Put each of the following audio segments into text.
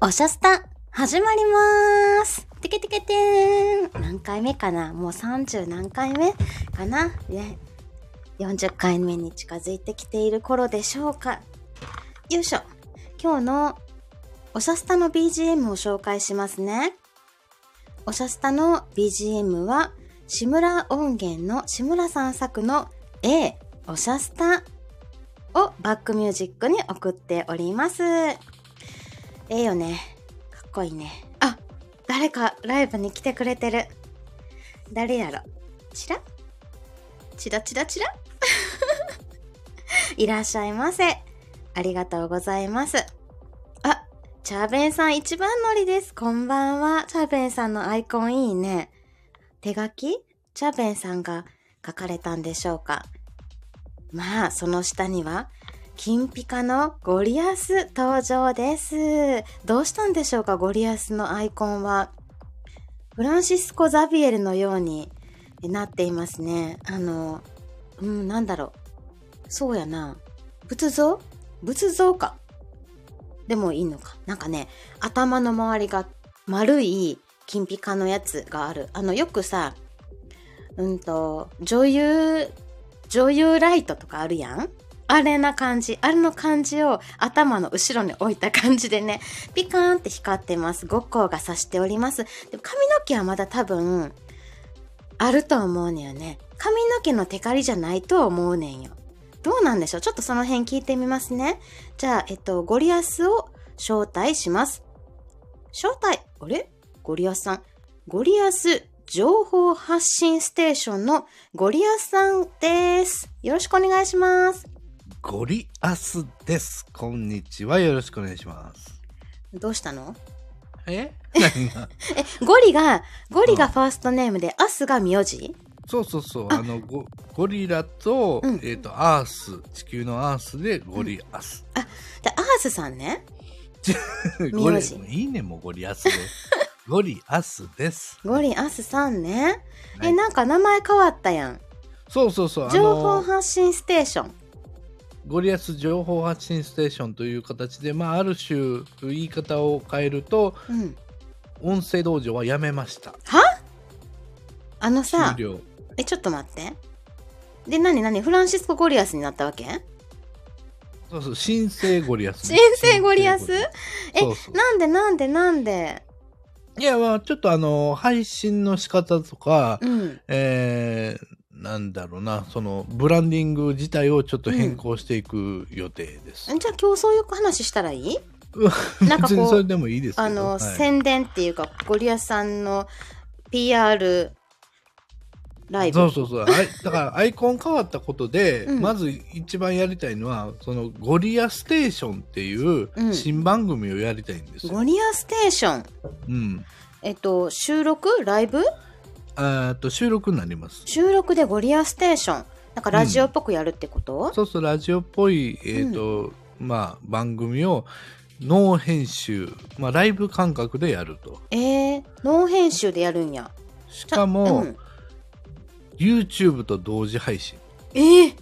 おしゃスタ、始まりまーす。てけてけてーん。何回目かなもう30何回目かなね。40回目に近づいてきている頃でしょうか。よいしょ。今日のおしゃスタの BGM を紹介しますね。おしゃスタの BGM は、志村音源の志村さん作の A、おしゃスタをバックミュージックに送っております。ええよね。かっこいいね。あ、誰かライブに来てくれてる。誰やろチラチラチラチラ いらっしゃいませ。ありがとうございます。あ、チャーベンさん一番乗りです。こんばんは。チャーベンさんのアイコンいいね。手書きチャーベンさんが書かれたんでしょうかまあ、その下には、金ピカのゴリアス登場です。どうしたんでしょうか、ゴリアスのアイコンは。フランシスコ・ザビエルのようになっていますね。あの、うん、なんだろう。そうやな。仏像仏像か。でもいいのか。なんかね、頭の周りが丸い金ピカのやつがある。あの、よくさ、うんと、女優女優ライトとかあるやんあれな感じ。あれの感じを頭の後ろに置いた感じでね、ピカーンって光ってます。五光が差しております。でも髪の毛はまだ多分、あると思うのよね。髪の毛のテカリじゃないと思うねんよ。どうなんでしょうちょっとその辺聞いてみますね。じゃあ、えっと、ゴリアスを招待します。招待あれゴリアスさん。ゴリアス情報発信ステーションのゴリアスさんです。よろしくお願いします。ゴリアスです。こんにちは。よろしくお願いします。どうしたのえ何がえ、ゴリが、ゴリがファーストネームで、アスが名字 そうそうそう。ああの、ゴゴリラと、うんえっ、と、アース、地球のアースでゴリアス。で、アースさんね。ゴリ名字いいね、もうゴ リアスで。ゴリアスです。ゴリアスさんね。はいえ、なんか名前変わったやん。そうそうそう。あ情報の、発信ステーション。ゴリアス情報発信ステーションという形で、まあ、ある種、言い方を変えると、うん。音声道場はやめました。あのさ終、了。え、ちょっと待って。で、なになにフランシスコ・ゴリアスになったわけそうそう、新生ゴリアス。新生ゴリアス新生ゴえそうそうなんでなんでなんでいや、まあ、ちょっとあの、配信の仕方とか、うん。えー、なんだろうな、その、ブランディング自体をちょっと変更していく予定です。じゃあ競争よく話したらいいなんか別にこそうれ、でもいいですけど。あの、はい宣伝っていうか、ゴリアスさんの PR ライブ。そうそうそう。あい だから、アイコン変わったことで、うんまず一番やりたいのは、その、ゴリアステーションっていううん新番組をやりたいんですよ。ゴリアステーション。うん。えっと、収録ライブあーっと、収録になります。収録でゴリアステーション。なんかラジオっぽくやるってこと、そうそう、ラジオっぽい、えっ、と、まあ、番組を、ノー編集、まあ、ライブ感覚でやると。えー、ノー編集でやるんや。じしゃかも、うん YouTube と同時配信。えー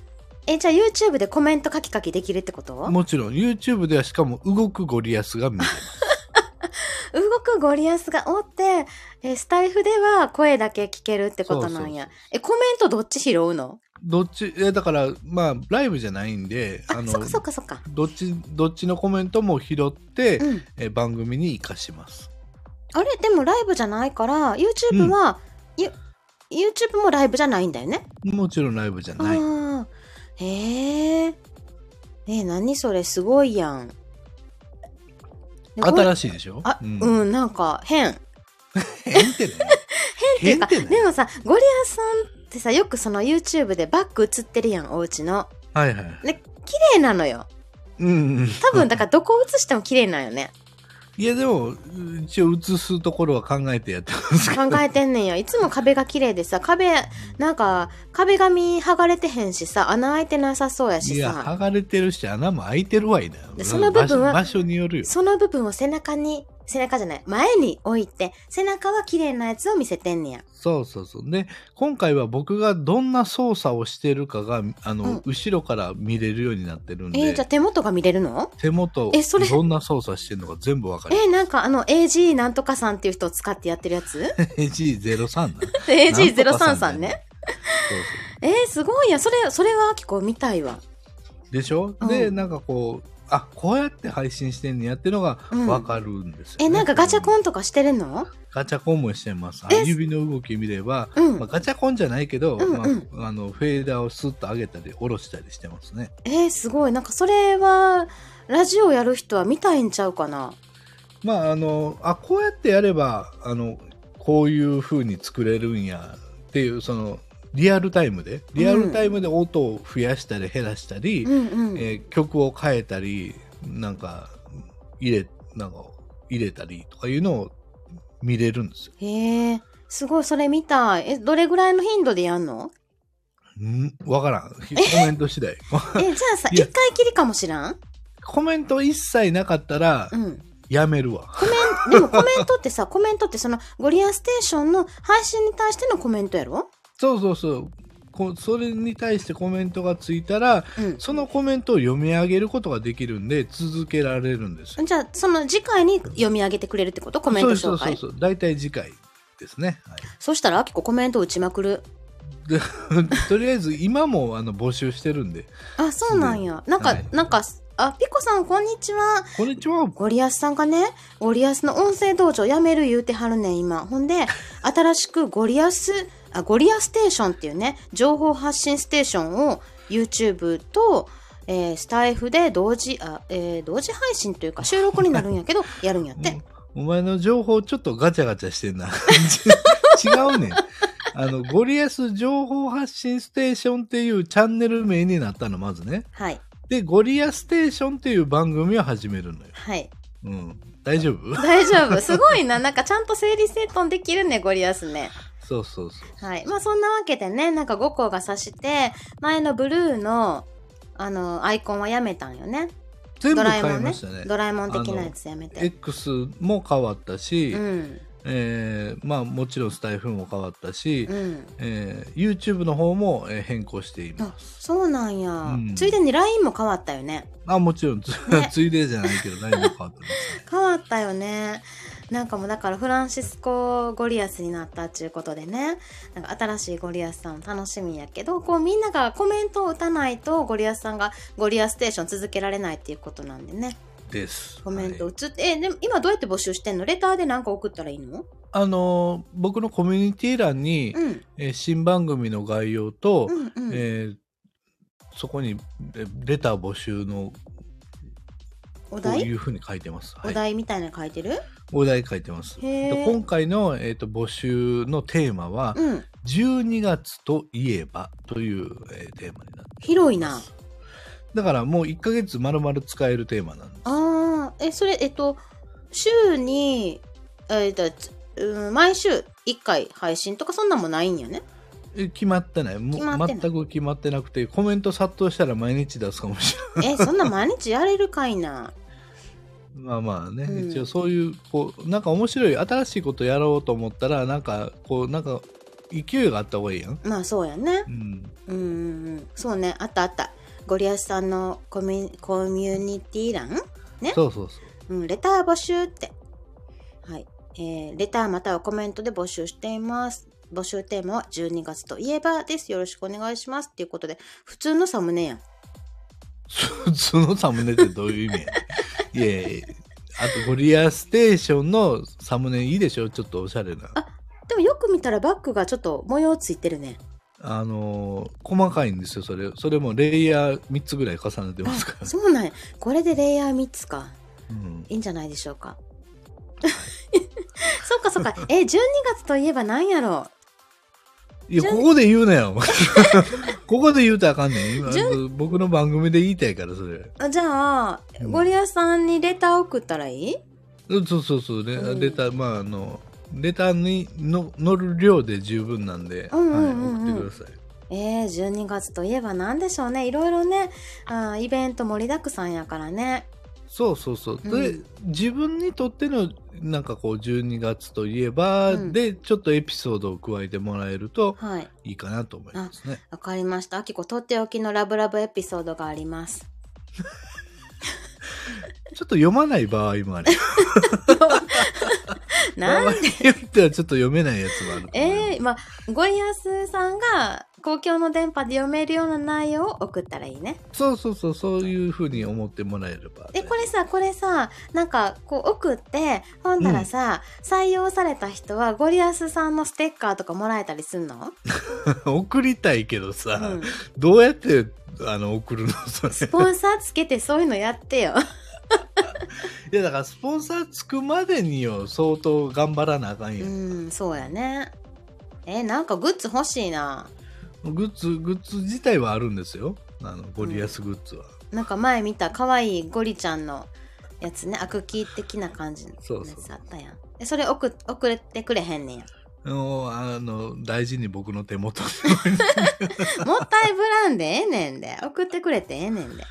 え、じゃあ YouTube でコメント書き書きできるってこと動もちろん、YouTube ではしかも動くゴリアス が見れる。くゴリアスがおって、えースタイフでは声だけ聞けるってことなんや。そうえ、コメントどっち拾うのどっち、え、だから、まあ、ライブじゃないんで、あ、そっかそっかそっか。どっち、どっちのコメントも拾って、うん。え番組に活かします。あれでもライブじゃないから、YouTube は、ゆ YouTube もライブじゃないんだよね。もちろんライブじゃない。ああ。へえ。えー、何それすごいやん。でこれ新しいでしょあ、うん。うん、なんか変。変ってね。 変っていうねか、でもさ、ゴリアスさんってさ、よくその YouTube でバッグ映ってるやん、お家の。はいはい。綺麗なのよ。うんうん。多分、だからどこ映しても綺麗なんよね。いやでも一応映すところは考えてやってますけど考えてんねんよ。いつも壁が綺麗でさ、壁、なんか、壁紙剥がれてへんしさ、穴開いてなさそうやしいやさ。剥がれてるし穴も開いてるわいなでその部分は場所場所によるよその部分を背中に背中じゃない、前に置いて、背中は綺麗なやつを見せてんねや。そうそうそう。で、今回は僕がどんな操作をしてるかが、あの、うん後ろから見れるようになってるんで、えー、じゃあ手元が見れるの手元、えそれどんな操作してるのか全部わかる。えー、なんかあの AG なんとかさんっていう人を使ってやってるや つ AG03 な。 ?AG033 さんね。。そうそう。えー、すごいや。それ、それは結構見たいわ。でしょ、うんでなんかこうあこうやって配信してんねやってのがうん分かるんですよ、ねえ、なんかガチャコンンとかしてるのガチャコンもしてますえ指の動き見れば、うんまあ、。ガチャコンじゃないけうど、んうんまあ、あのフェーダーをスッと上げたり下ろしたりしてますねえー、すごい。なんかそれは、ラジオやる人は見たいんちゃうかなまああのあこうやってやればあのこういう風に作れるんやっていうそのリアルタイムでリアルタイムで音を増やしたり減らしたり、うんうん。えー曲を変えたりなんか入れなんか入れたりとかいうのを見れるんですよ。へえー、すごい。それ見たい。え、どれぐらいの頻度でやん のんわからん。コメント次第。 え、じゃあさ、い一や回きりかもしらんコメント一切なかったらう、ん。やめるわ。 でもコメントってさ、コメントってそのゴリアステーションの配信に対してのコメントやろそうそうそう。こそれに対してコメントがついたら、うそのコメントを読み上げることができるんで、続けられるんですよ。ん。じゃあ、その次回に読み上げてくれるってことコメント紹介。そそうそうそうそう。大体次回ですね。はい したら、結構コメント打ちまくる。でとりあえず今もあの募集してるんで、あ、そうなんや。なんか、はいなんか、あ、ピコさんこんにちは。こんにちは。ゴリアスさんがね、ゴリアスの音声道場やめる言うてはるねん、今。ほんで、新しくゴリアス、あ、ゴリアステーションっていうね、情報発信ステーションを YouTube と、えースタイフで同時、あ、えー同時配信というか収録になるんやけど、やるんやって。お前の情報ちょっとガチャガチャしてんな。 違うねん。あの、ゴリアス情報発信ステーションっていうチャンネル名になったの、まずね。はい。で、ゴリアステーションっていう番組を始めるのよ。はい。うん。大丈夫大丈夫。すごいな。なんかちゃんと整理整頓できるね、ゴリアスね。そうそうそう。はい。まあそんなわけでね、なんか5個が指して、前のブルーの、あの、アイコンはやめたんよね。全部ドラ変えもえんねましたね。ドラえもん的なやつやめて。 X も変わったし、うん。えーまあもちろんスタイフも変わったし、うん。えー YouTube の方もえー変更しています。そうなんや。うんついでに LINE も変わったよね。あ、もちろんつ、ね ついでじゃないけど、何も変わってますね。変わったよね。なんかもうだからフランシスコ・ゴリアスになったっていうことでねなんか新しいゴリアスさん楽しみやけどこうみんながコメントを打たないとゴリアスさんがゴリアステーション続けられないっていうことなんでねで す。コメントはい打つって、えでも今どうやって募集してんのレターで何か送ったらいいのあのー僕のコミュニティ欄に、うんえー新番組の概要と、うんうん、えーそこにえレター募集のおこう題いうふうに書いてます。はおい、題みたいなの書いてる、お題書いてます。へーで今回の、えー、と募集のテーマは、うん12月といえばという、えーテーマになって広いなだからもう1ヶ月丸々使えるテーマなんです。あーえそれえっと週にえっと、つうん、毎週1回配信とかそんなんもないんやねえ決まってないもう決まってない全く決まってなくてコメント殺到したら毎日出すかもしれな い えそんな毎日やれるかいなまあまあね、うん一応そういうこうなんか面白い新しいことやろうと思ったらなんかこうなんか勢いがあった方がいいやん、まあそうやねうん、うんうんうんそうねあったあったゴリアスさんのコミュコミュニティ欄えそうそう そううん、レター募集って。はい。えー、レターまたはコメントで募集しています。募集テーマは12月といえばです。よろしくお願いします。っていうことで、普通のサムネやん。普通のサムネってどういう意味や いやいやあとゴリアステーションのサムネいいでしょちょっとおしゃれなあでもよく見たらバッグがちょっと模様ついてるね。あのー細かいんですよそれそれもレイヤー3つぐらい重ねてますかあ ら、そうなんや。これでレイヤー3つか。うん、いいんじゃないでしょうか。 そっかそっか。え、12月といえば何やろいやじゅんここで言うなよ ここで言うとあかんねん今僕の番組で言いたいからそれうあじゃあ、うんゴリアスさんにレター送ったらいいうんそうそうそうレ,、うんレターまああのレターにの乗る量で十分なんで、うんうんうんうんはい、送ってくださいえー、12月といえば何でしょうねいろいろねあーイベント盛りだくさんやからねそうそうそう。で、うん自分にとっての、なんかこう、12月といえば、うんで、ちょっとエピソードを加えてもらえるとはい。いいかなと思いますね。わかりました。あきこ、とっておきのラブラブエピソードがあります。ちょっと読まない場合もある。なん場合によってはちょっと読めないやつもあると思います。ええまあ、ゴイアスさんが公共の電波で読めるような内容を送ったらいいね。そうそうそう、そういうふうに思ってもらえれば、え、これさ、これさ、なんか、こう送って、ほんならさ、採用された人はゴリアスさんのステッカーとかもらえたりすんの、 送りたいけどうさ、ん、どうやって、あの、送るのそれ。スポンサーつけてそういうのやって よ。いや、だから、スポンサーつくまでによ、相当頑張らなあかんうよ。ん、そうやね。え、なんかグッズ欲しいな。グッズ、グッズ自体はあるんですよ。あの、ゴリアスグッズは。なんか前見た可愛いゴリちゃんのやつね、アクキー的な感じのやそうそうつあったやん。え、それ送、送れてくれへんねんや。もうあの大事に僕の手元に もったいぶらんでええねんで。送ってくれてええねんで。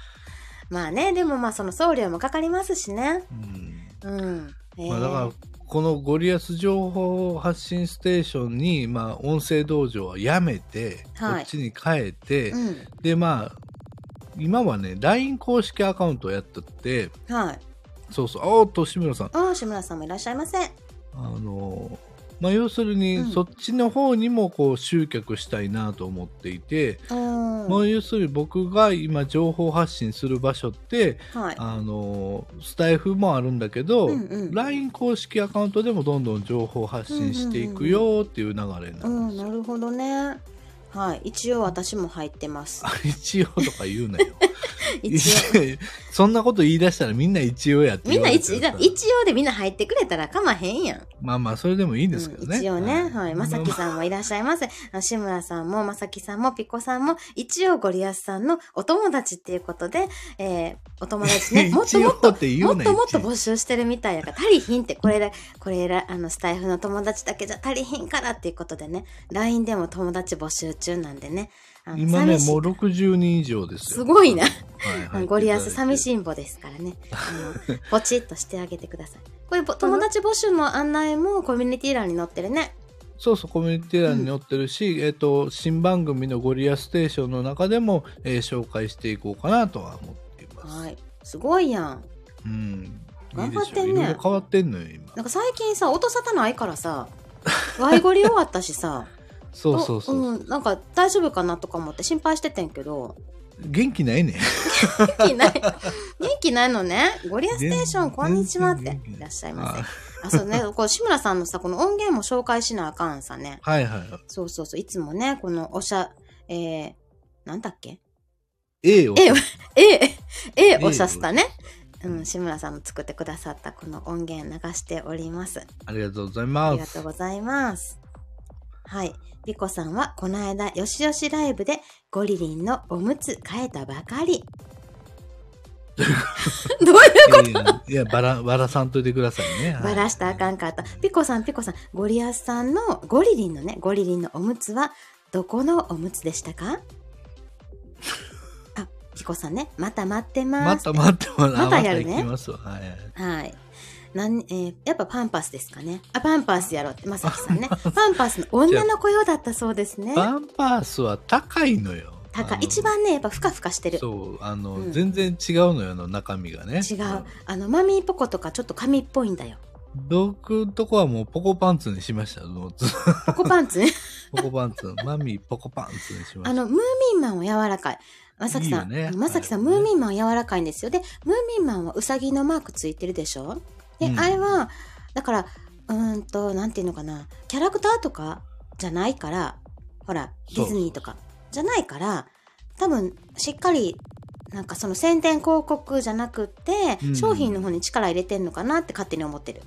まあね、でもまあその送料もかかりますしね。うんうん。ええまあ、だからこのゴリアス情報発信ステーションに、まあ、音声道場はやめて、はいこっちに変えて、うん。でまあ今はね LINE 公式アカウントをやっててはい。そうそうおーっと志村さんああ、志村さんもいらっしゃいませ。あのまあ要するに、うんそっちの方にもこう集客したいなと思っていて、うん。もはうい。要するに僕が今情報発信する場所って、あのスタイフもあるんだけど、うんうん LINE 公式アカウントでもどんどん情報発信していくよっていう流れになうるんでん、すよ。なるほどね。はい。一応私も入ってます。 一応とか言うなよ。 一応。 そんなこと言い出したらみんな一応やってみんな一言われてるから一応でみんな入ってくれたらかまへんやん。まあまあそれでもいいんですけどうんね。一応ね、はい、まさきまあさんもいらっしゃいます。あの志村さんも、まさきさんも、ピコさんも、一応ゴリアスさんのお友達っていうことで、えー、お友達ね、 一応もっともっと、って言もうっなともっと一応募集してるみたいやから、足りひんって、これら、これら、あの、スタイフの友達だけじゃ足りひんからっていうことでね、LINE でも友達募集中なんでね、あの今ね寂しいもう60人以上ですよ。すごいなはあは のゴリアス寂いしんぼですからね。 あのポチッとしてあげてください。これぼ友達募集の案内もコミュニティ欄に載ってるね。そうそう、コミュニティ欄に載ってるし、えっ、と、新番組のゴリアステーションの中でも、えー紹介していこうかなとは思っています。はい。すごいやん。うん。頑張ってんねいいでしょいろいろ変わってんのよ、今。なんか最近さ、音沙汰ないからさ、 ワイゴリ終わったしさ、そうそうそう。おうん、なんか大丈夫かなとか思って心配しててんけど、元気ないね。元気 ない。元気ないのね。ゴリアステーション、全然こんにちはって全然。いらっしゃいまあせ。あ、そうね。こう、志村さんのさ、この音源も紹介しなあかんさね。はいはい。そうそうそう。いつもね、このおしゃ、えー、なんだっけ A を。 A をええ、ええ、ええおしゃしたね。おしうゃん、志村さんの作ってくださったこの音源流しております。ありがとうございあまりがとすう。ございます。はい。ピコさんは、この間、よしよしライブで、ゴリリンのおむつ変えたばかり。どういういや、ばら、ばらさんといてくださいね。はいバラしたらあかんかった。ピコさん、ピコさん、ゴリアスさんの、ゴリリンのね、ゴリリンのおむつは、どこのおむつでしたかあ、ピコさんね、また待ってます。また待ってもらまたやるねまた行きますわ。はいはい。はい。なんえーやっぱパンパスですかね。あ、パンパスやろって、まさきさんね。パンパスの女の子用だったそうですね。バンパースは高いのよ。高い。あの一番ね、やっぱふかふかしてる。そう、あの、うん全然違うのよ、あの中身がね。違う。あの、マミーポコとかちょっと紙っぽいん だよ。僕んとこはもうポコパンツにしました。もうず ポコパンツね。ポコパンツ。マミーポコパンツにしあましの、ムーミンマンは柔らかい。まさきさん、いいよねまさきさん、はムいーミンマンは柔らかいんですよ。で、ムーミンマンはウサギのマークついてるでしょで、うんあれは、だから、うーんと、なんていうのかな、キャラクターとかじゃないから、ほら、デそィうズニーとか、じゃないから、多分、しっかり、なんかその宣伝広告じゃなくって、うん商品の方に力入れてんのかなって勝手に思ってる。た。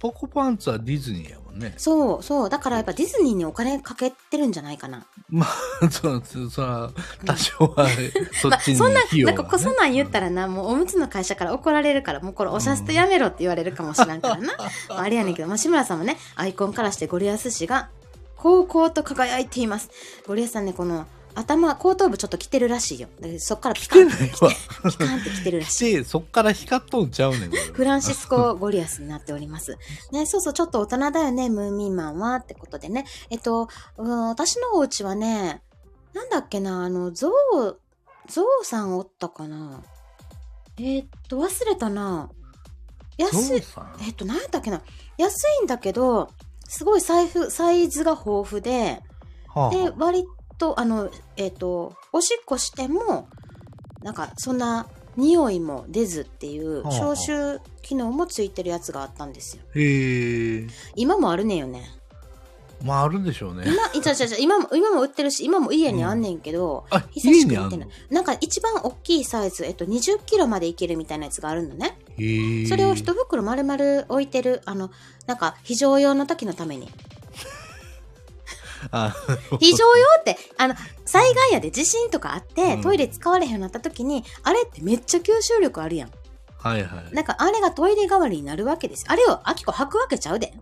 ポコパンツはディズニーやもんね。 そう、そう。だからやっぱディズニーにお金かけてるんじゃないかな。まあ、そ、そ、そら、多少は、そまあっちにそんな費用なは、んねかこうそんなん言ったらな、もうおむつの会社から怒られるからもうこれおしゃすとやめろって言われるかもしらんから な、まあ、あれやねんけど、まあ、志村さんもねアイコンからしてゴリアス氏が「高校と輝いています」ゴリアスさんねこの頭、後頭部ちょっと来てるらしいよ。でそっからピ来カてン なっい て、わ。ピカンって来てるらしい来。て、そっから光っとんちゃうねん、これフランシスコ・ゴリアスになっております。ね、そうそう、ちょっと大人だよね、ムーミンマンは、ってことでね。えっと、うん、私のお家はね、なんだっけな、あの、ゾウ、ゾウさんおったかなえっと、忘れたな。安ゾウい、さんえっと、なんだっけな。安いんだけど、すごい財布、サイズが豊富で、はで、割と、あの、えっと、おしっこしても、なんか、そんな、匂いも出ずっていうはあ消臭機能もついてるやつがあったんですよ。あ、へえ。今もあるねんよね。まあ、あるでしょうね。今、いちゃちゃちゃ、今も、今も売ってるし、今も家にあんねんけど、あ、久家しくに売あってるなのいなんか一番大きいサイズ、えっと、20キロまでいけるみたいなやつがあるのね。へえ。それを一袋丸々置いてる、あの、なんか、非常用の時のために。あ、非常用って、あの、災害やで地震とかあって、うんトイレ使われへんようになった時に、あれってめっちゃ吸収力あるやん。はいはい。なんか、あれがトイレ代わりになるわけです。あれを、あきこ吐くわけちゃ うで。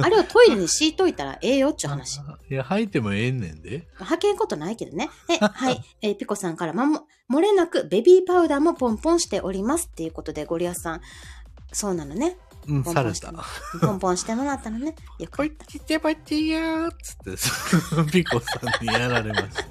あれをトイレに敷いといたらええよっちゅう 話。いや、吐いてもええねんで。吐けんことないけどね。え、はい。えーピコさんから、まも、漏れなくベビーパウダーもポンポンしておりますっていうことで、ゴリアスさん。そうなのね。うん、ポンさポれンしてたも。ポンポンしてもらったのね。よかこっいちてばちやーっつって そう、ピコさんにやられました。た。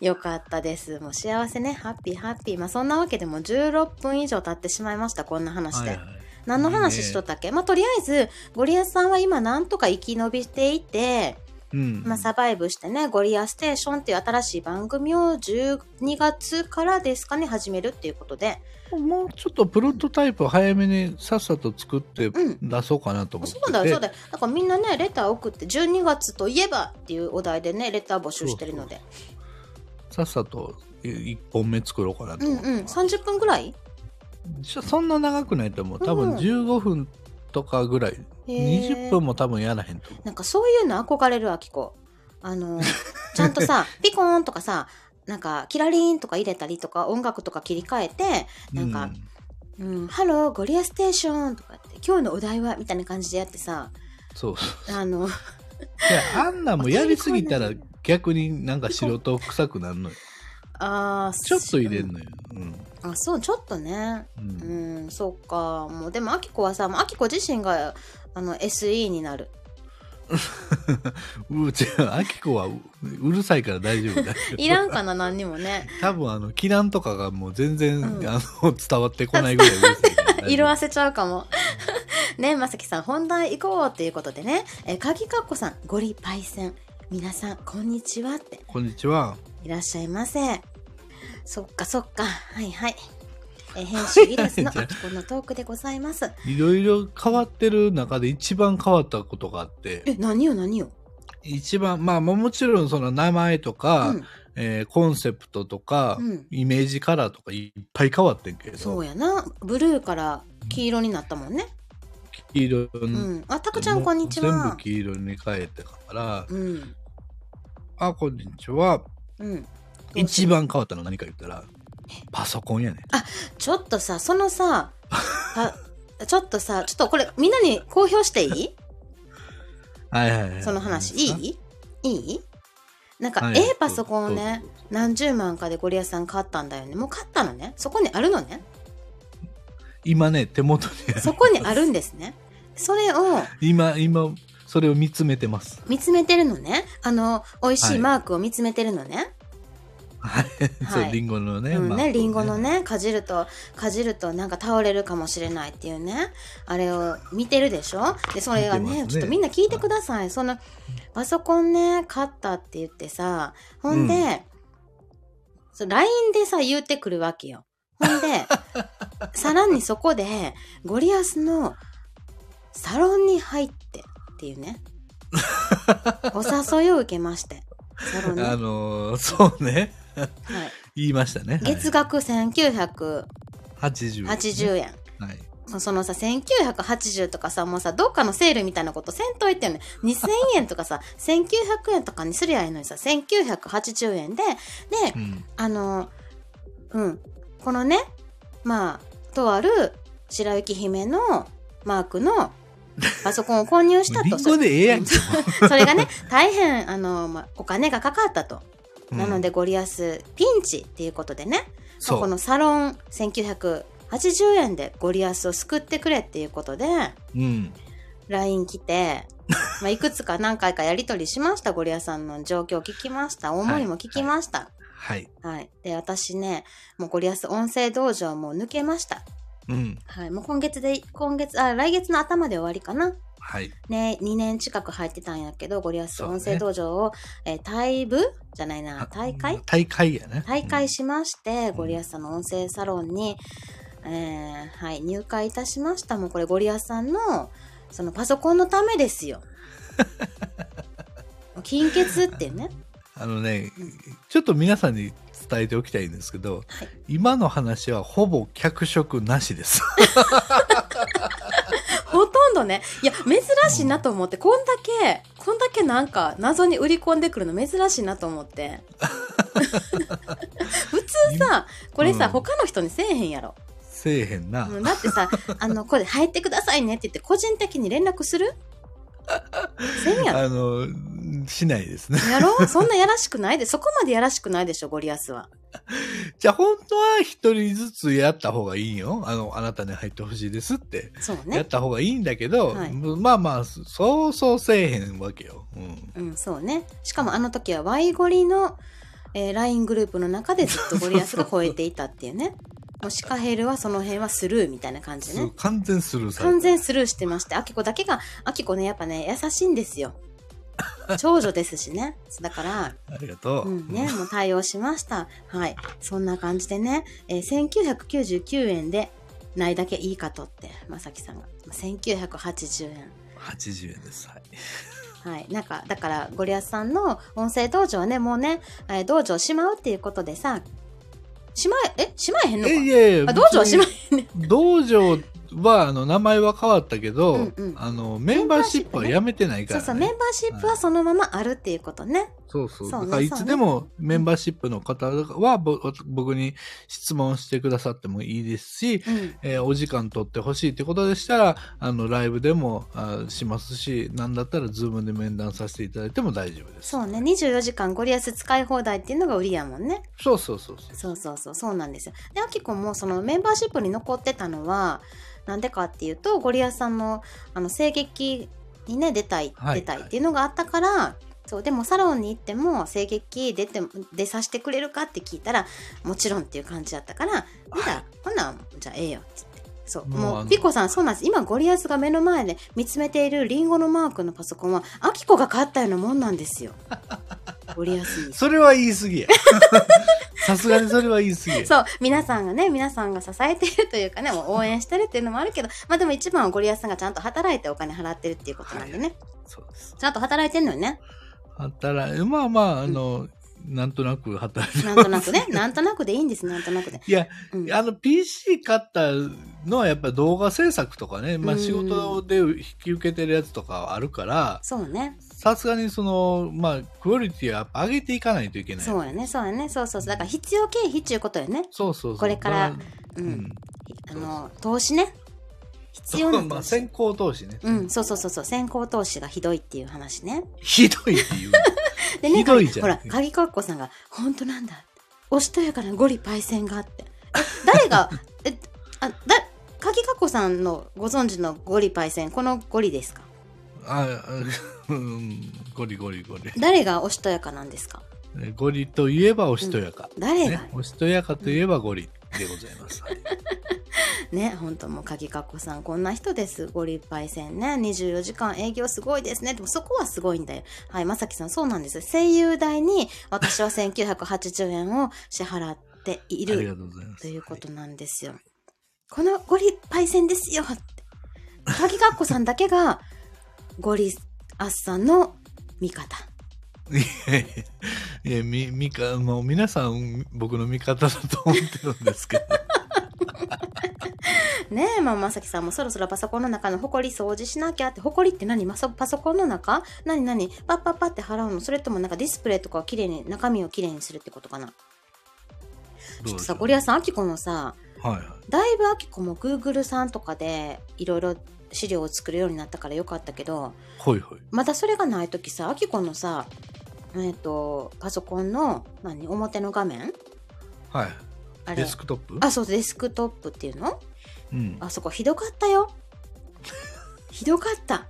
よかったです。もう幸せね。ハッピーハッピー。まあ、そんなわけでもう16分以上経ってしまいました。こんな話はいで。はい。何の話しとったっけまあ、とりあえず、ゴリアスさんは今なんとか生き延びていて、うん。まあ、サバイブしてね、ゴリアステーションっていう新しい番組を12月からですかね、始めるっていうことで。もうちょっとプロトタイプ早めにさっさと作ってうん出そうかなと思ってて、そうだよ、そうだよ。だからみんなね、レター送って、12月といえばっていうお題でね、レター募集してるので。さっさと1本目作ろうかなとうん思うっん、30分ぐらいそそんな長くないと思う多うん分15分とかぐらい、へー20分も多分やらへんと思なんかそういうの憧れる、あきこ。あ の、ちゃんとさ、ピコーンとかさ、なんか、キラリンとか入れたりとか、音楽とか切り替えて、なうんかううん、ハロー、ゴリアステーションとかって、今日のお題はみたいな感じでやってさ、そうそうあの、いやあんなんもやりすぎたら逆になんか素人臭くなるのよあーちょっと入れんのよ、うんあ、そう、ちょっとね。ううんん、そうか。もう、でも、アキコはさ、もうアキコ自身が、あの、SE になる。うちあきこはううるさいから大丈夫だよ いらんかな、何にもね。多分あの気なんとかがもう全然、うんあの伝わってこないぐらいうるさいから大丈 夫色あせちゃうかも。ねまさきさん、本題行こうということでね、え、かぎかっこさん、ゴリパイセン、皆さん、こんにちはって、こんにちはいらっしゃいませ。そっか、そっか。はいはい。え、編集イラ スのじゃああきこのトークでございます。いろいろ変わってる中で一番変わったことがあってえ、何よ、何よ。一番まあもちろんその名前とうか、ん、えーコンセプトとか、うんイメージカラーとかいっぱい変わってんけそどうやな。ブルーから黄色になったもんね。黄色に、うん。あ、たくちゃん、こんにち全は部。黄色に変えてから、うん。あこんにちはうん。一番変わったの何か言ったらパソコンやねちょっとさ、そのさ、 あちょっとさ、ちょっとこれ、みんなに公表していいはいはいはいその話。何でいいいいなんすかか、はいええパソコンをねどうぞどう、ぞ何十万かでゴリアスさん買ったんだよね。もう買ったのね。そこにあるのね。今ね手元にあるそこにあるんですね。それを今今それを見つめてます見つめてるのね。あの、美味しはいいマークを見つめてるのね。はい、はそういリンゴのね、うんまあね、リンゴのね、かじると、かじるとなんか倒れるかもしれないっていうね、あれを見てるでしょで、それが見てねますちょねっとみんな聞いてください。その、パソコンね、買ったって言ってさ、ほんうで、そう LINE でさ、言うてくるわけよ。ほん で、さらにそこで、ゴリアスのサロンに入ってっていう ね、お誘いを受けまして、サロンに。あはいのーそうね言いましたね月額1980 80 80円。はい、もうそのさ、1980とかさ、もうさ、どっかのセールみたいなことせんといてよね。2000円とかさ、1900円とかにすりゃいいのにさ、1980円で、でう、ん、あの、うん、このね、まあ、とある白雪姫のマークのパソコンを購入した リと。ンそゴれでええやんけ。それが ね、大変、あの、まあ、お金がかかったと。うんなので、ゴリアスピンチっていうことでね、まそあうこのサロン1980円でゴリアスを救ってくれっていうことで、うん。 LINE 来 て、まあ、いくつか何回かやり取りしました、ゴリアスさんの状況を聞きました、思いも聞きました。はい。はい。で、私ね、もうゴリアス音声道場もう抜けました。うん。はい。もう今月で、今月、あ、来月の頭で終わりかな。はい。ね、2年近く入ってたんやけど、ゴリアスそうね音声道場を、えー退部じゃないな、大会大会やね。大会しまして、んゴリアスさんの音声サロンに、えーはい、入会いたしました。もうこれゴリアスさんの、そのパソコンのためです よ。もう金欠ってね。あのねうん、ちょっと皆さんに伝えておきたいんですけど、はい今の話はほぼ脚色なしです。 ほとんどね、いや、珍しいなと思って、こんだけ、こんだけなんか、謎に売り込んでくるの珍しいなと思 って。普通さ、これさ、うん他の人にせえへんやろ。せえへんな。うんだってさ、あの、これ入ってくださいねって言って、個人的に連絡するせんやろ。あの、しないですね。 やろそんなやらしくないで、そこまでやらしくないでしょ、ゴリアスは。じゃあ本当は一人ずつやった方がいいよ。あの、あなたに入ってほしいですって。そうやっね。た方がいいんだけど、はいまあまあ、そうそうせえへんわけよ。うん。うん、そうね。しかもあの時は、ワイゴリの、えー LINE グループの中でずっとゴリアスが吠えていたっていうね。もうシカヘルはその辺はスルーみたいな感じすね。完全スルーされた完全スルーしてまして、アキコだけが、アキコね、やっぱね、優しいんですよ。長女ですしね。だから、ありがとう。うんね、もう対応しました。はい。そんな感じでね、えー1999円で、ないだけいいかとって、まさきさんが。1980円。 80円です。はい。はい。なんか、だから、ゴリアスさんの音声道場はね、もうね、えー道場しまうっていうことでさ、しまえ、え、しまえへんのえいかやいやあ道場はしま別に道場はあの名前は変わったけど、うんうんあのメンバーシップはやめてないかそうそら、う、メンねバー、シップはそのままあるっていうことね。そうそうそうねだからいつでもメンバーシップの方はぼ僕に質問してくださってもいいですし、うん。えーお時間取ってほしいってことでしたらあのライブでもあしますし何だったらズームで面談させていただいても大丈夫ですそうね、24時間ゴリアス使い放題っていうのが売りやもんね。そうそうそうそうそうそうそう、そうなんですよ。で、アキコもそのメンバーシップに残ってたのは、なんでかっていうと、ゴリアスさんの、あの、声劇にね、出たい、はい出たいっていうのがあったから、そう、でもサロンに行っても、声劇出ても、出させてくれるかって聞いたら、もちろんっていう感じだったから、ほら、ほな、じゃあええよ、つって。そう、もうもあう、のピコさん、そうなんです。今、ゴリアスが目の前で見つめているリンゴのマークのパソコンは、アキコが買ったようなもんなん ですよ。ゴリアスに。それは言い過ぎや さすがにそれは言い過ぎ やそう、皆さんがね、皆さんが支えているというかね、もう応援してるっていうのもあるけど、まあでも一番はゴリアスさんがちゃんと働いてお金払ってるっていうことなんでね。そうですちゃんと働いてんのよね。働いまあまああの、なんとなく働いてなんますとなくね。 なんとなくでいいんです、なんとなくで。いやうん。あの PC 買ったのはやっぱり動画制作とかね、まうあ、ん仕事で引き受けてるやつとかはあるからそうね。さすがにそのまあクオリティはやっぱ上げていかないといけないそうやね、そうやね。そうそうそう。だから必要経費っていうことよね。そうそうそうこれからだう。うんん、あの、投資ね。必要なま投あ資先。行投資ね、うん、そうそうそうそう。先行投資がひどいっていう話ね。ひどいっていうでね、ひどいじゃんほら、鍵かっこさんが、本当なんだ。おしとやかなゴリパイセンがあって。え誰が、 え、あ、だ、鍵かっこさんのご存知のゴリパイセン、このゴリですかああうんゴリゴリゴリ誰がおしとやかなんですかゴリといえばおしとやか、誰がね、おしとやかといえばゴリでございます、はいね、本当もう鍵かっこさん、こんな人です。ゴリパイセンね、24時間営業すごいですね。でもそこはすごいんだよ。はい、まさきさん、そうなんです。声優代に私は1980円を支払っていありるがとうございますということなんですよ。このゴリパイセンですよって。鍵かっこさんだけがゴリアスさんの味方。いや、み、みか、もう皆さん、僕の味方だと思ってるんですけど。ねえ、まあ、まさきさんもそろそろパソコンの中のホコリ掃除しなきゃって、ホコリって何まさパソコンの中何何パッパッパって払うのそれともなんかディスプレイとかをきれいに、中身をきれいにするってことかな ちょっとさ、ゴリアス。スさん、アキコのさ、はいはだいぶアキコも Google さんとかでいろいろ資料を作るようになったからよかったけどほいほい。まだそれがない時さあきこのさえっ、とパソコンの何表の画面はい。あれデスクトップあそうデスクトップっていうのうん。あそこひどかった よひどかった、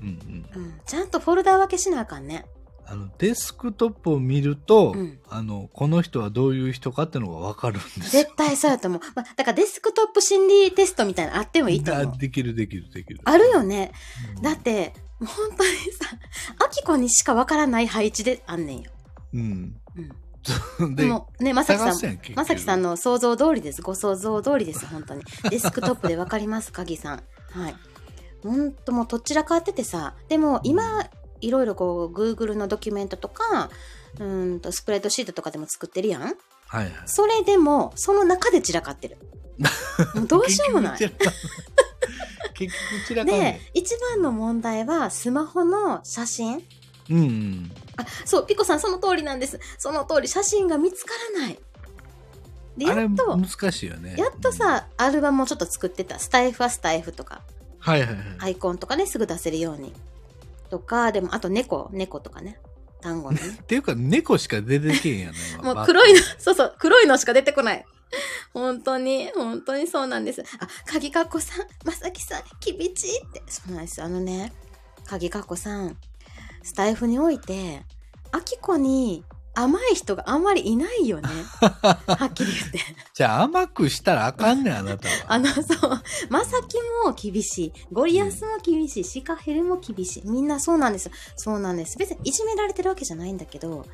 うんうん。うん、ちゃんとフォルダ分けしなあかんねあの、デスクトップを見ると、うんあの、この人はどういう人かってのがわかるんですよ。絶対そうやと思う、まあ、だからデスクトップ心理テストみたいなのあってもいいと思あうできるできるできる。あるよねうんだってもう本当にさあきこにしかわからない配置であんねんよ、うん。うん、で、でもねまさきさ探すやんん結局まさきさんの想像通りですご想像通りです本 当にデスクトップでわかりますかぎさんはいほんともうどちらかっててさでも今いろいろこう Google のドキュメントとかうーんとスプレッドシートとかでも作ってるやんはいはい。それでもその中で散らか ってるもうどうしようもない結局散らかん結局散らかんでね一番の問題はスマホの写真ん。うんうん。あそうピコさんその通りなんですその通り写真が見つからないであやれっと難しいよね。やっとさアルバムをちょっと作ってたスタイフはスタイフとかうん、はいはいはい。アイコンとかねすぐ出せるようにとかでもあと猫猫とかね単語のねっていうか、猫しか出てけえんやな、 今もう黒いの。そうそう黒いのしか出てこない本当に本当にそうなんですあ鍵かっこさんまさきさん厳しいってそうなんですあのね鍵かっこさんスタイフにおいてあきこに甘い人があんまりいないよねはっきり言ってじゃあ甘くしたらあかんねん、あなたは。 あの、そう、まさきも厳しい、ゴリアスも厳しい、シカヘルも厳しい、みんなそうなんですよ。そうなんです。別にいじめられてるわけじゃないんだけど、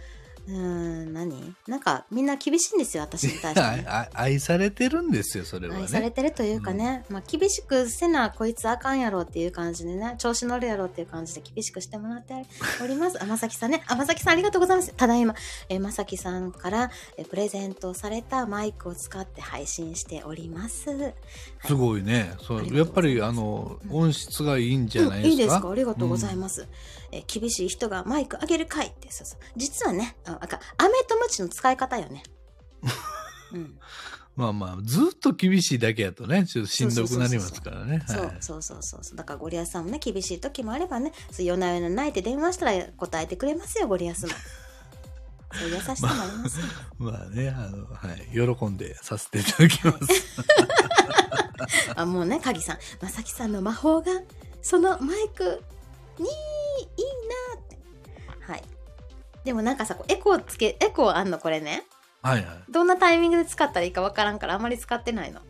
うーん、何なんか、みんな厳しいんですよ、私に対して、ね。 ああ愛されてるんですよ、それはね。愛されてるというかね、まあ、厳しくせなこいつあかんやろっていう感じでね、調子乗るやろっていう感じで厳しくしてもらっております。あまさきさんね、あまさきさんありがとうございます。ただいま、えーまさきさんから、えープレゼントされたマイクを使って配信しております。すごいね。そありうがやっとうごぱざいり、ますあのう、ん音質がいいんじゃなうんいでいすですか。かありがとうございます、えー厳しい人がマイク上げるかいってそうそう実はねあなんかアメとムチの使い方よねうんまあまあ、ずっと厳しいだけやとね、ちょっとしんどくなりますからね。そうはいそうそうそうそうだからゴリアスさんもね厳しい時もあればねそう夜な夜な泣いて電話したら答えてくれますよゴリアスもそういう優しさもありますよ、まあね、あの、はい。喜んでさせていただき ます。あもうね鍵さんまさきさんの魔法がそのマイクにいいなってはいでもなんかさこうエコーつけエコーあんのこれねはいはい。どんなタイミングで使ったらいいかわからんからあんまり使ってないの。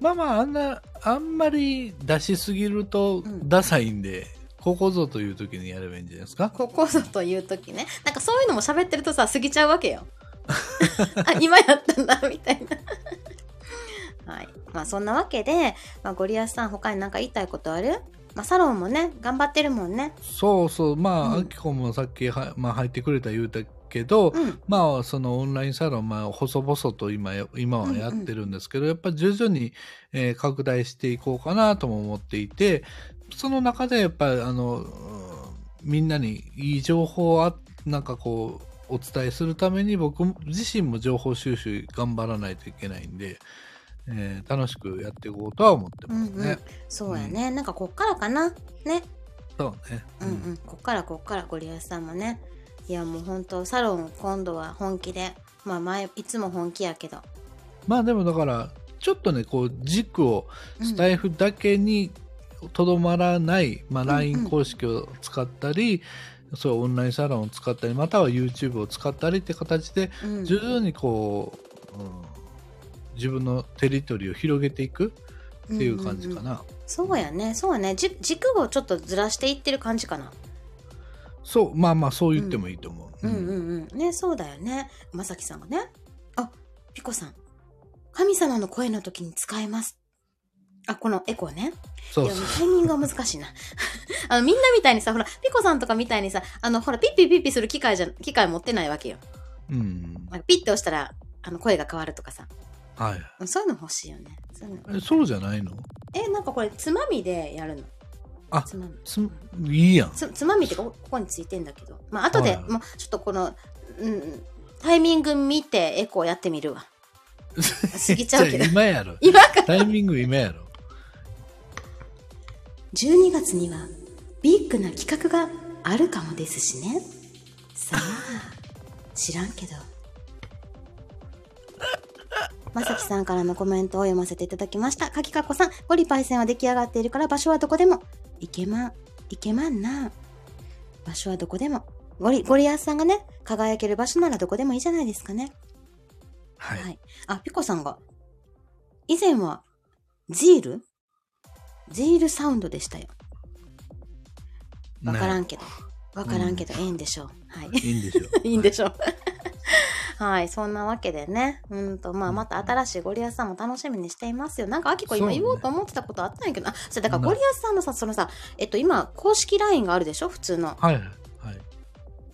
まあまあ、あんな、あんまり出しすぎるとうんダサいんで、ここぞという時にやればいいんじゃないですか。ここぞという時ね。なんかそういうのも喋ってるとさ、過ぎちゃうわけ よ。あ、今やったんだ、みたいな。はい。まあそんなわけで、まあ、ゴリアスさん他に何か言いたいことあるまあサロンもね、頑張ってるもんね。そうそう、まあ、うんあきこもさっきは、まあ、入ってくれた言うたけど、うん。まあ、そのオンラインサロン、まあ、細々と今や、今はやってるんですけど、やっぱり徐々に、えー拡大していこうかなとも思っていて、その中でやっぱり、あの、うんみんなにいい情報をあ、なんかこう、お伝えするために僕自身も情報収集頑張らないといけないんで、えー楽しくやっていこうとは思ってますね。うんうんそうやね。なんかこっからかな。ね。そうね。うんうん。こっからこっからゴリアスさんもね。いやもうほんと、サロン今度は本気で。まあ前、いつも本気やけど。まあでもだからちょっとねこう軸をスタイフだけにとどまらない、まあ、んうん LINE 公式を使ったり、そういうオンラインサロンを使ったりまたは YouTube を使ったりって形でうん徐々にこう、うん自分のテリトリーを広げていくっていう感じかな、うんうんうんそうやねそうやねじ軸をちょっとずらしていってる感じかなそうまあまあそう言ってもいいと思う、うんうんうんうんねそうだよねまさきさんがねあピコさん神様の声の時に使えますあこのエコーねそういそうやタイミングが難しいな あのみんなみたいにさほらピコさんとかみたいにさあのほらピッピピッピする機械じゃ機械持ってないわけようんなんかピッて押したらあの声が変わるとかさはうんそういうの欲しいよねそういうのいえそうじゃないのえなんかこれつまみでやるのあつまみついいやんつつまみってかこここについてんだけどまあ後ではいもうちょっとこの、うん、タイミング見てエコーやってみる わ過ぎちゃうけどじ今やろ今かタイミング今やろ12月にはビッグな企画があるかもですしねさあ知らんけどまさきさんからのコメントを読ませていただきました。かきかこさん、ゴリパイセンは出来上がっているから場所はどこでも。いけまん、いけまんな。場所はどこでも。ゴリ、ゴリアスさんがね、輝ける場所ならどこでもいいじゃないですかね。はい。はい。あ、ピコさんが、以前は、ジールジールサウンドでしたよ。わからんねけど。わからんけど、ええんでしょう。はい。。いいんでしょう いいんでょしょう。はい、そんなわけでね。うんと、まあ、また新しいゴリアスさんも楽しみにしていますよ。なんか、あきこ今そうね言おうと思ってたことあったんやけど、あ、そう、だからなゴリアスさんのさ、そのさ、えっと、今、公式 LINE があるでしょ普通の。はい。はい。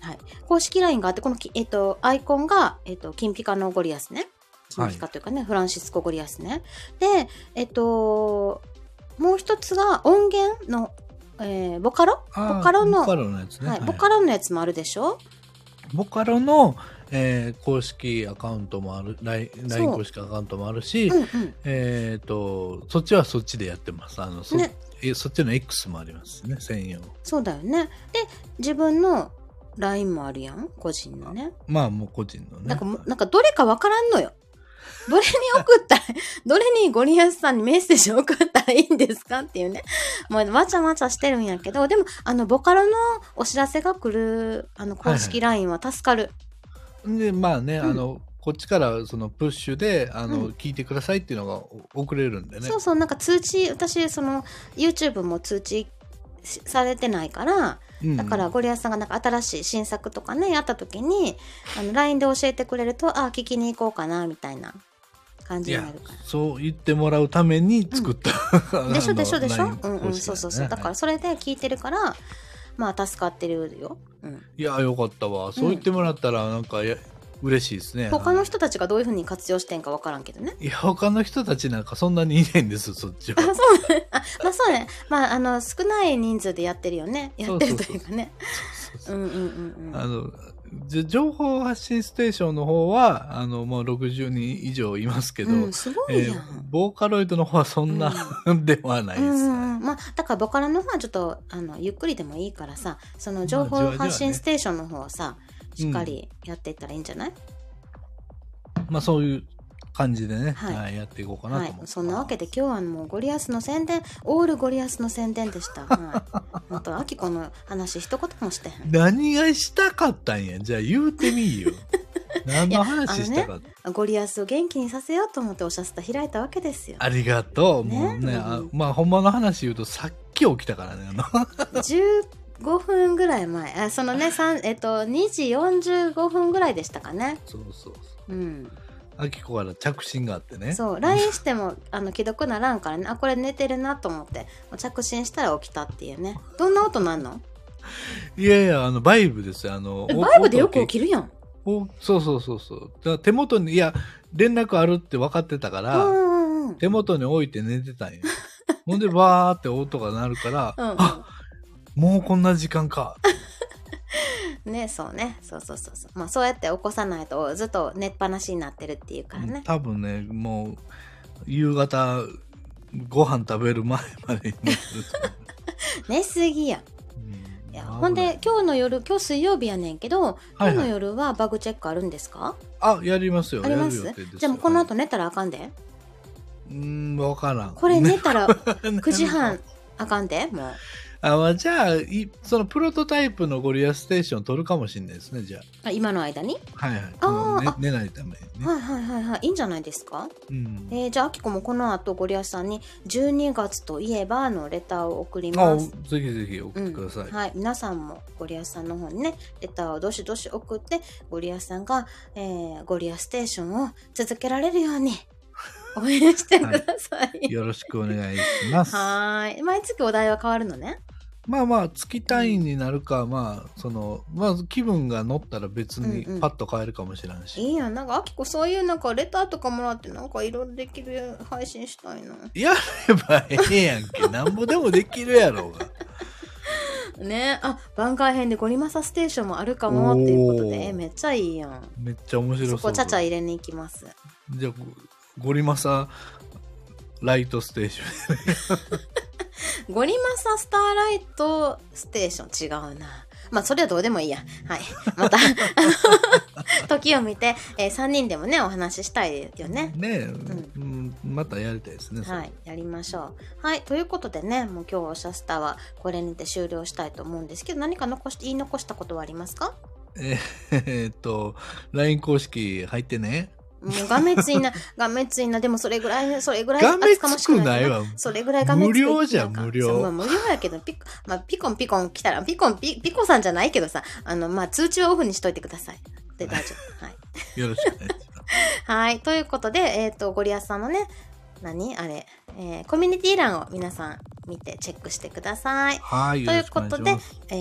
はい。公式 LINE があって、このき、えっと、アイコンが、えっと、金ピカのゴリアスね。金ピカというかね、フランシスコゴリアスね。で、えっと、もう一つが音源の、えーボカロあーボカロのボカロのやつね。はい、ボカロのやつもあるでしょボカロの、えー公式アカウントもある、LINE う LINE 公式アカウントもあるし、うんうん。えっ、と、そっちはそっちでやってます。あの、そ,、ねえそっちの X もありますね、専用。そうだよね。で、自分の LINE もあるやん、個人のね。まあ、もう個人のね。なんかもう、なんかどれかわからんのよ。どれに送ったら、 どれにゴリアスさんにメッセージを送ったらいいんですかっていうね。もうわちゃわちゃしてるんやけど、でも、あの、ボカロのお知らせが来る、あの、公式 LINE は助かる。で、まあね、うんあの、こっちからそのプッシュで、あの、うん聞いてくださいっていうのがお送れるんでね。そうそう、なんか通知、私、その、YouTube も通知しされてないから、うんだからゴリアスさんがなんか新しい新作とかねやった時にあの LINE で教えてくれるとあ聞きに行こうかなみたいな感いじになやるか、そう言ってもらうために作った。ら。でしょでしょでしょうんうんそうそうそうだからら。それで聞いてるからまあ助かってるよ。うん、いや、よかったわ。そう言ってもらったら、なんか、や嬉しいですね。他の人たちがどういうふうに活用してんかわからんけどね。いや、他の人たちなんかそんなにいないんです、そっちあはそ。うね。あまあそうね。まああの少ない人数でやってるよね。やってるというかね。そうそううんうんうんうあん。の、じ情報発信ステーションの方は、あの、もう60人以上いますけど、うん、すごいえやん。ーボーカロイドの方はそんな、 ではないでうんすうね。んうんまあだからボカロの方はちょっとあのゆっくりでもいいからさその情まあじ報わじわね発信ステーションの方をさ、しっかりやっていったらいいんじゃない、まあそういう感じでね、はいはいやっていこうかなとは思っいてます、そんなわけで今日はもうゴリアスの宣伝オールゴリアスの宣伝でした、 はい、あとアキコの話一言もしてへん何がしたかったんやじゃあ言うてみ いよ何の話したかったあ,、ゴリアスを元気にさせようと思っておしゃスタ開いたわけですよりがとう、もねうね、あうんまあほんまの話言うとさっき起きたからねあの15分ぐらい前あそのねさんえっと2時45分ぐらいでしたかねそうそうそううんあきこから着信があってねそう LINE してもあの既読ならんからねあこれ寝てるなと思ってもう着信したら起きたっていうねどんな音なんのいやいやあのバイブですよあのえおバイブでよく起きるやんおそうそうそうそうだから手元にいや連絡あるって分かってたかうら、んうんうん手元に置いて寝てたんよ ほんでバーって音が鳴るから、うんあもうこんな時間かうんねそうねそうそうそうそうまあそうやって起こさないとずっと寝っぱなしになってるっていうからね多分ねもう夕方ご飯食べる前までに寝てると思寝すぎやんう いやうんほんで今日の夜今日水曜日やねんけど今はい日はのい夜はバグチェックあるんですか、あやりますよありますやる予定ですよじゃあもうこの後寝たらあかんでうーんわからんこ れ寝たら9 9時半あかんでもうあ、まあ、じゃあいそのプロトタイプのゴリアステーション撮るかもしれないですねじゃあ今の間にあはいはいあーもうねあ寝ないためにね、はいはいはいはいいいんじゃないですかうんえーじゃあ、あきこもこの後、ゴリアスさんに、12月といえばのレターを送りあます。ぜひぜひ送うってんください、はい、皆さんもゴリアスさんの方にねレターをどしどし送ってゴリアスさんが、えーゴリアステーションを続けられるよ うに応援してください。よろしくお願いしますはーい毎月お題は変わるのね。まあまあ月単位になるか、まあそのまあ気分が乗ったら別うんうにんパッと変えるかもしれんし、いいやんなんかあきこそういうなんかレターとかもらってなんかいろいろできる配信したいな。やればええやん け。なんぼでもできるやろうが。ねあ番外編でゴリマサステーションもあるかもっていうことおでーえめっちゃいいやん。めっちゃ面白そ。そうこちゃちゃ入れに行きます。じゃあ、ゴゴリマサライトステーショゴリマサスターライトステーション違うな。まあ、それはどうでもいいや。はい。ま た、時を見て、え3人でもね、お話ししたいよね。 ね、うんまたやりたいですね。それはい、やりましょう。はい、ということでね、もう今日はシャスターはこれにて終了したいと思うんですけど、何か残して言い残したことはありますか えーっと、LINE 公式入ってね。もうがめつ いな、がめついな、でもそれぐらい、それぐらいがめ厚かもつしれくないわ。それぐらいがめつく無料じゃん無料そうまあ、無料やけど、ピコ、まあ、ピコンピコン来たら、ピコンピ、ピコさんじゃないけどさ、あの、まあ、通知はオフにしといてください。で、大丈 夫。はい。よろしくお 願いします。はい。ということで、えっ、と、ゴリアスさんのね、何あれ、えーコミュニティ欄を皆さん見てチェックしてください。はい、よろしくお願いしというまこす。え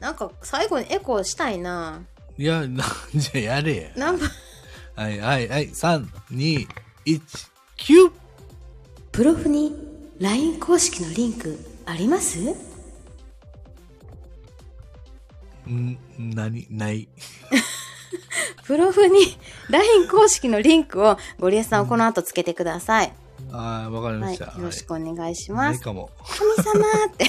ー、なんか最後にエコーしたいないや、なんじゃやれや。何番はい、はい、はい、3、2、1、9! プロフに LINE 公式のリンクありますん、何、ない。プロフに LINE 公式のリンクをゴリエさんはこの後つけてください。ああ、わかりまはい、した。よろしくお願いしはいまないす。かも。神様 って。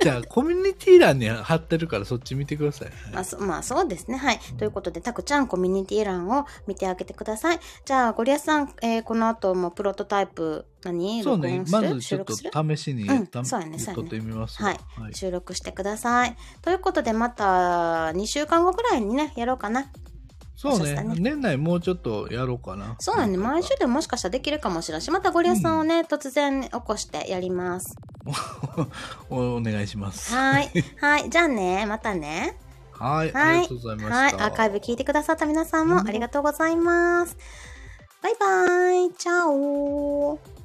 じゃあ、コミュニティ欄に貼ってるから、そっち見てください。まあ、そまあそうですね。はい。ということで、タクちゃんコミュニティ欄を見てあげてください。じゃあ、ゴリアスさん、えーこの後もプロトタイプ何、そうね録音、すまるずち収ょっ録とする試しに、うんたそうやねそうやね撮ってみますわ。はい収録してください。ということで、また2週間後ぐらいにね、やろうかな。そうそうねだね年内もうちょっとやろうかな。そうやね。毎週でももしかしたらできるかもしれんし、またゴリアスさんをね、突然起こしてやり ます。おお願いします。はーい。はい。じゃあね、またね。はい、はいありがとうございました。はい。アーカイブ聞いてくださった皆さんもうんありがとうございます。バイバーイ。チャオー。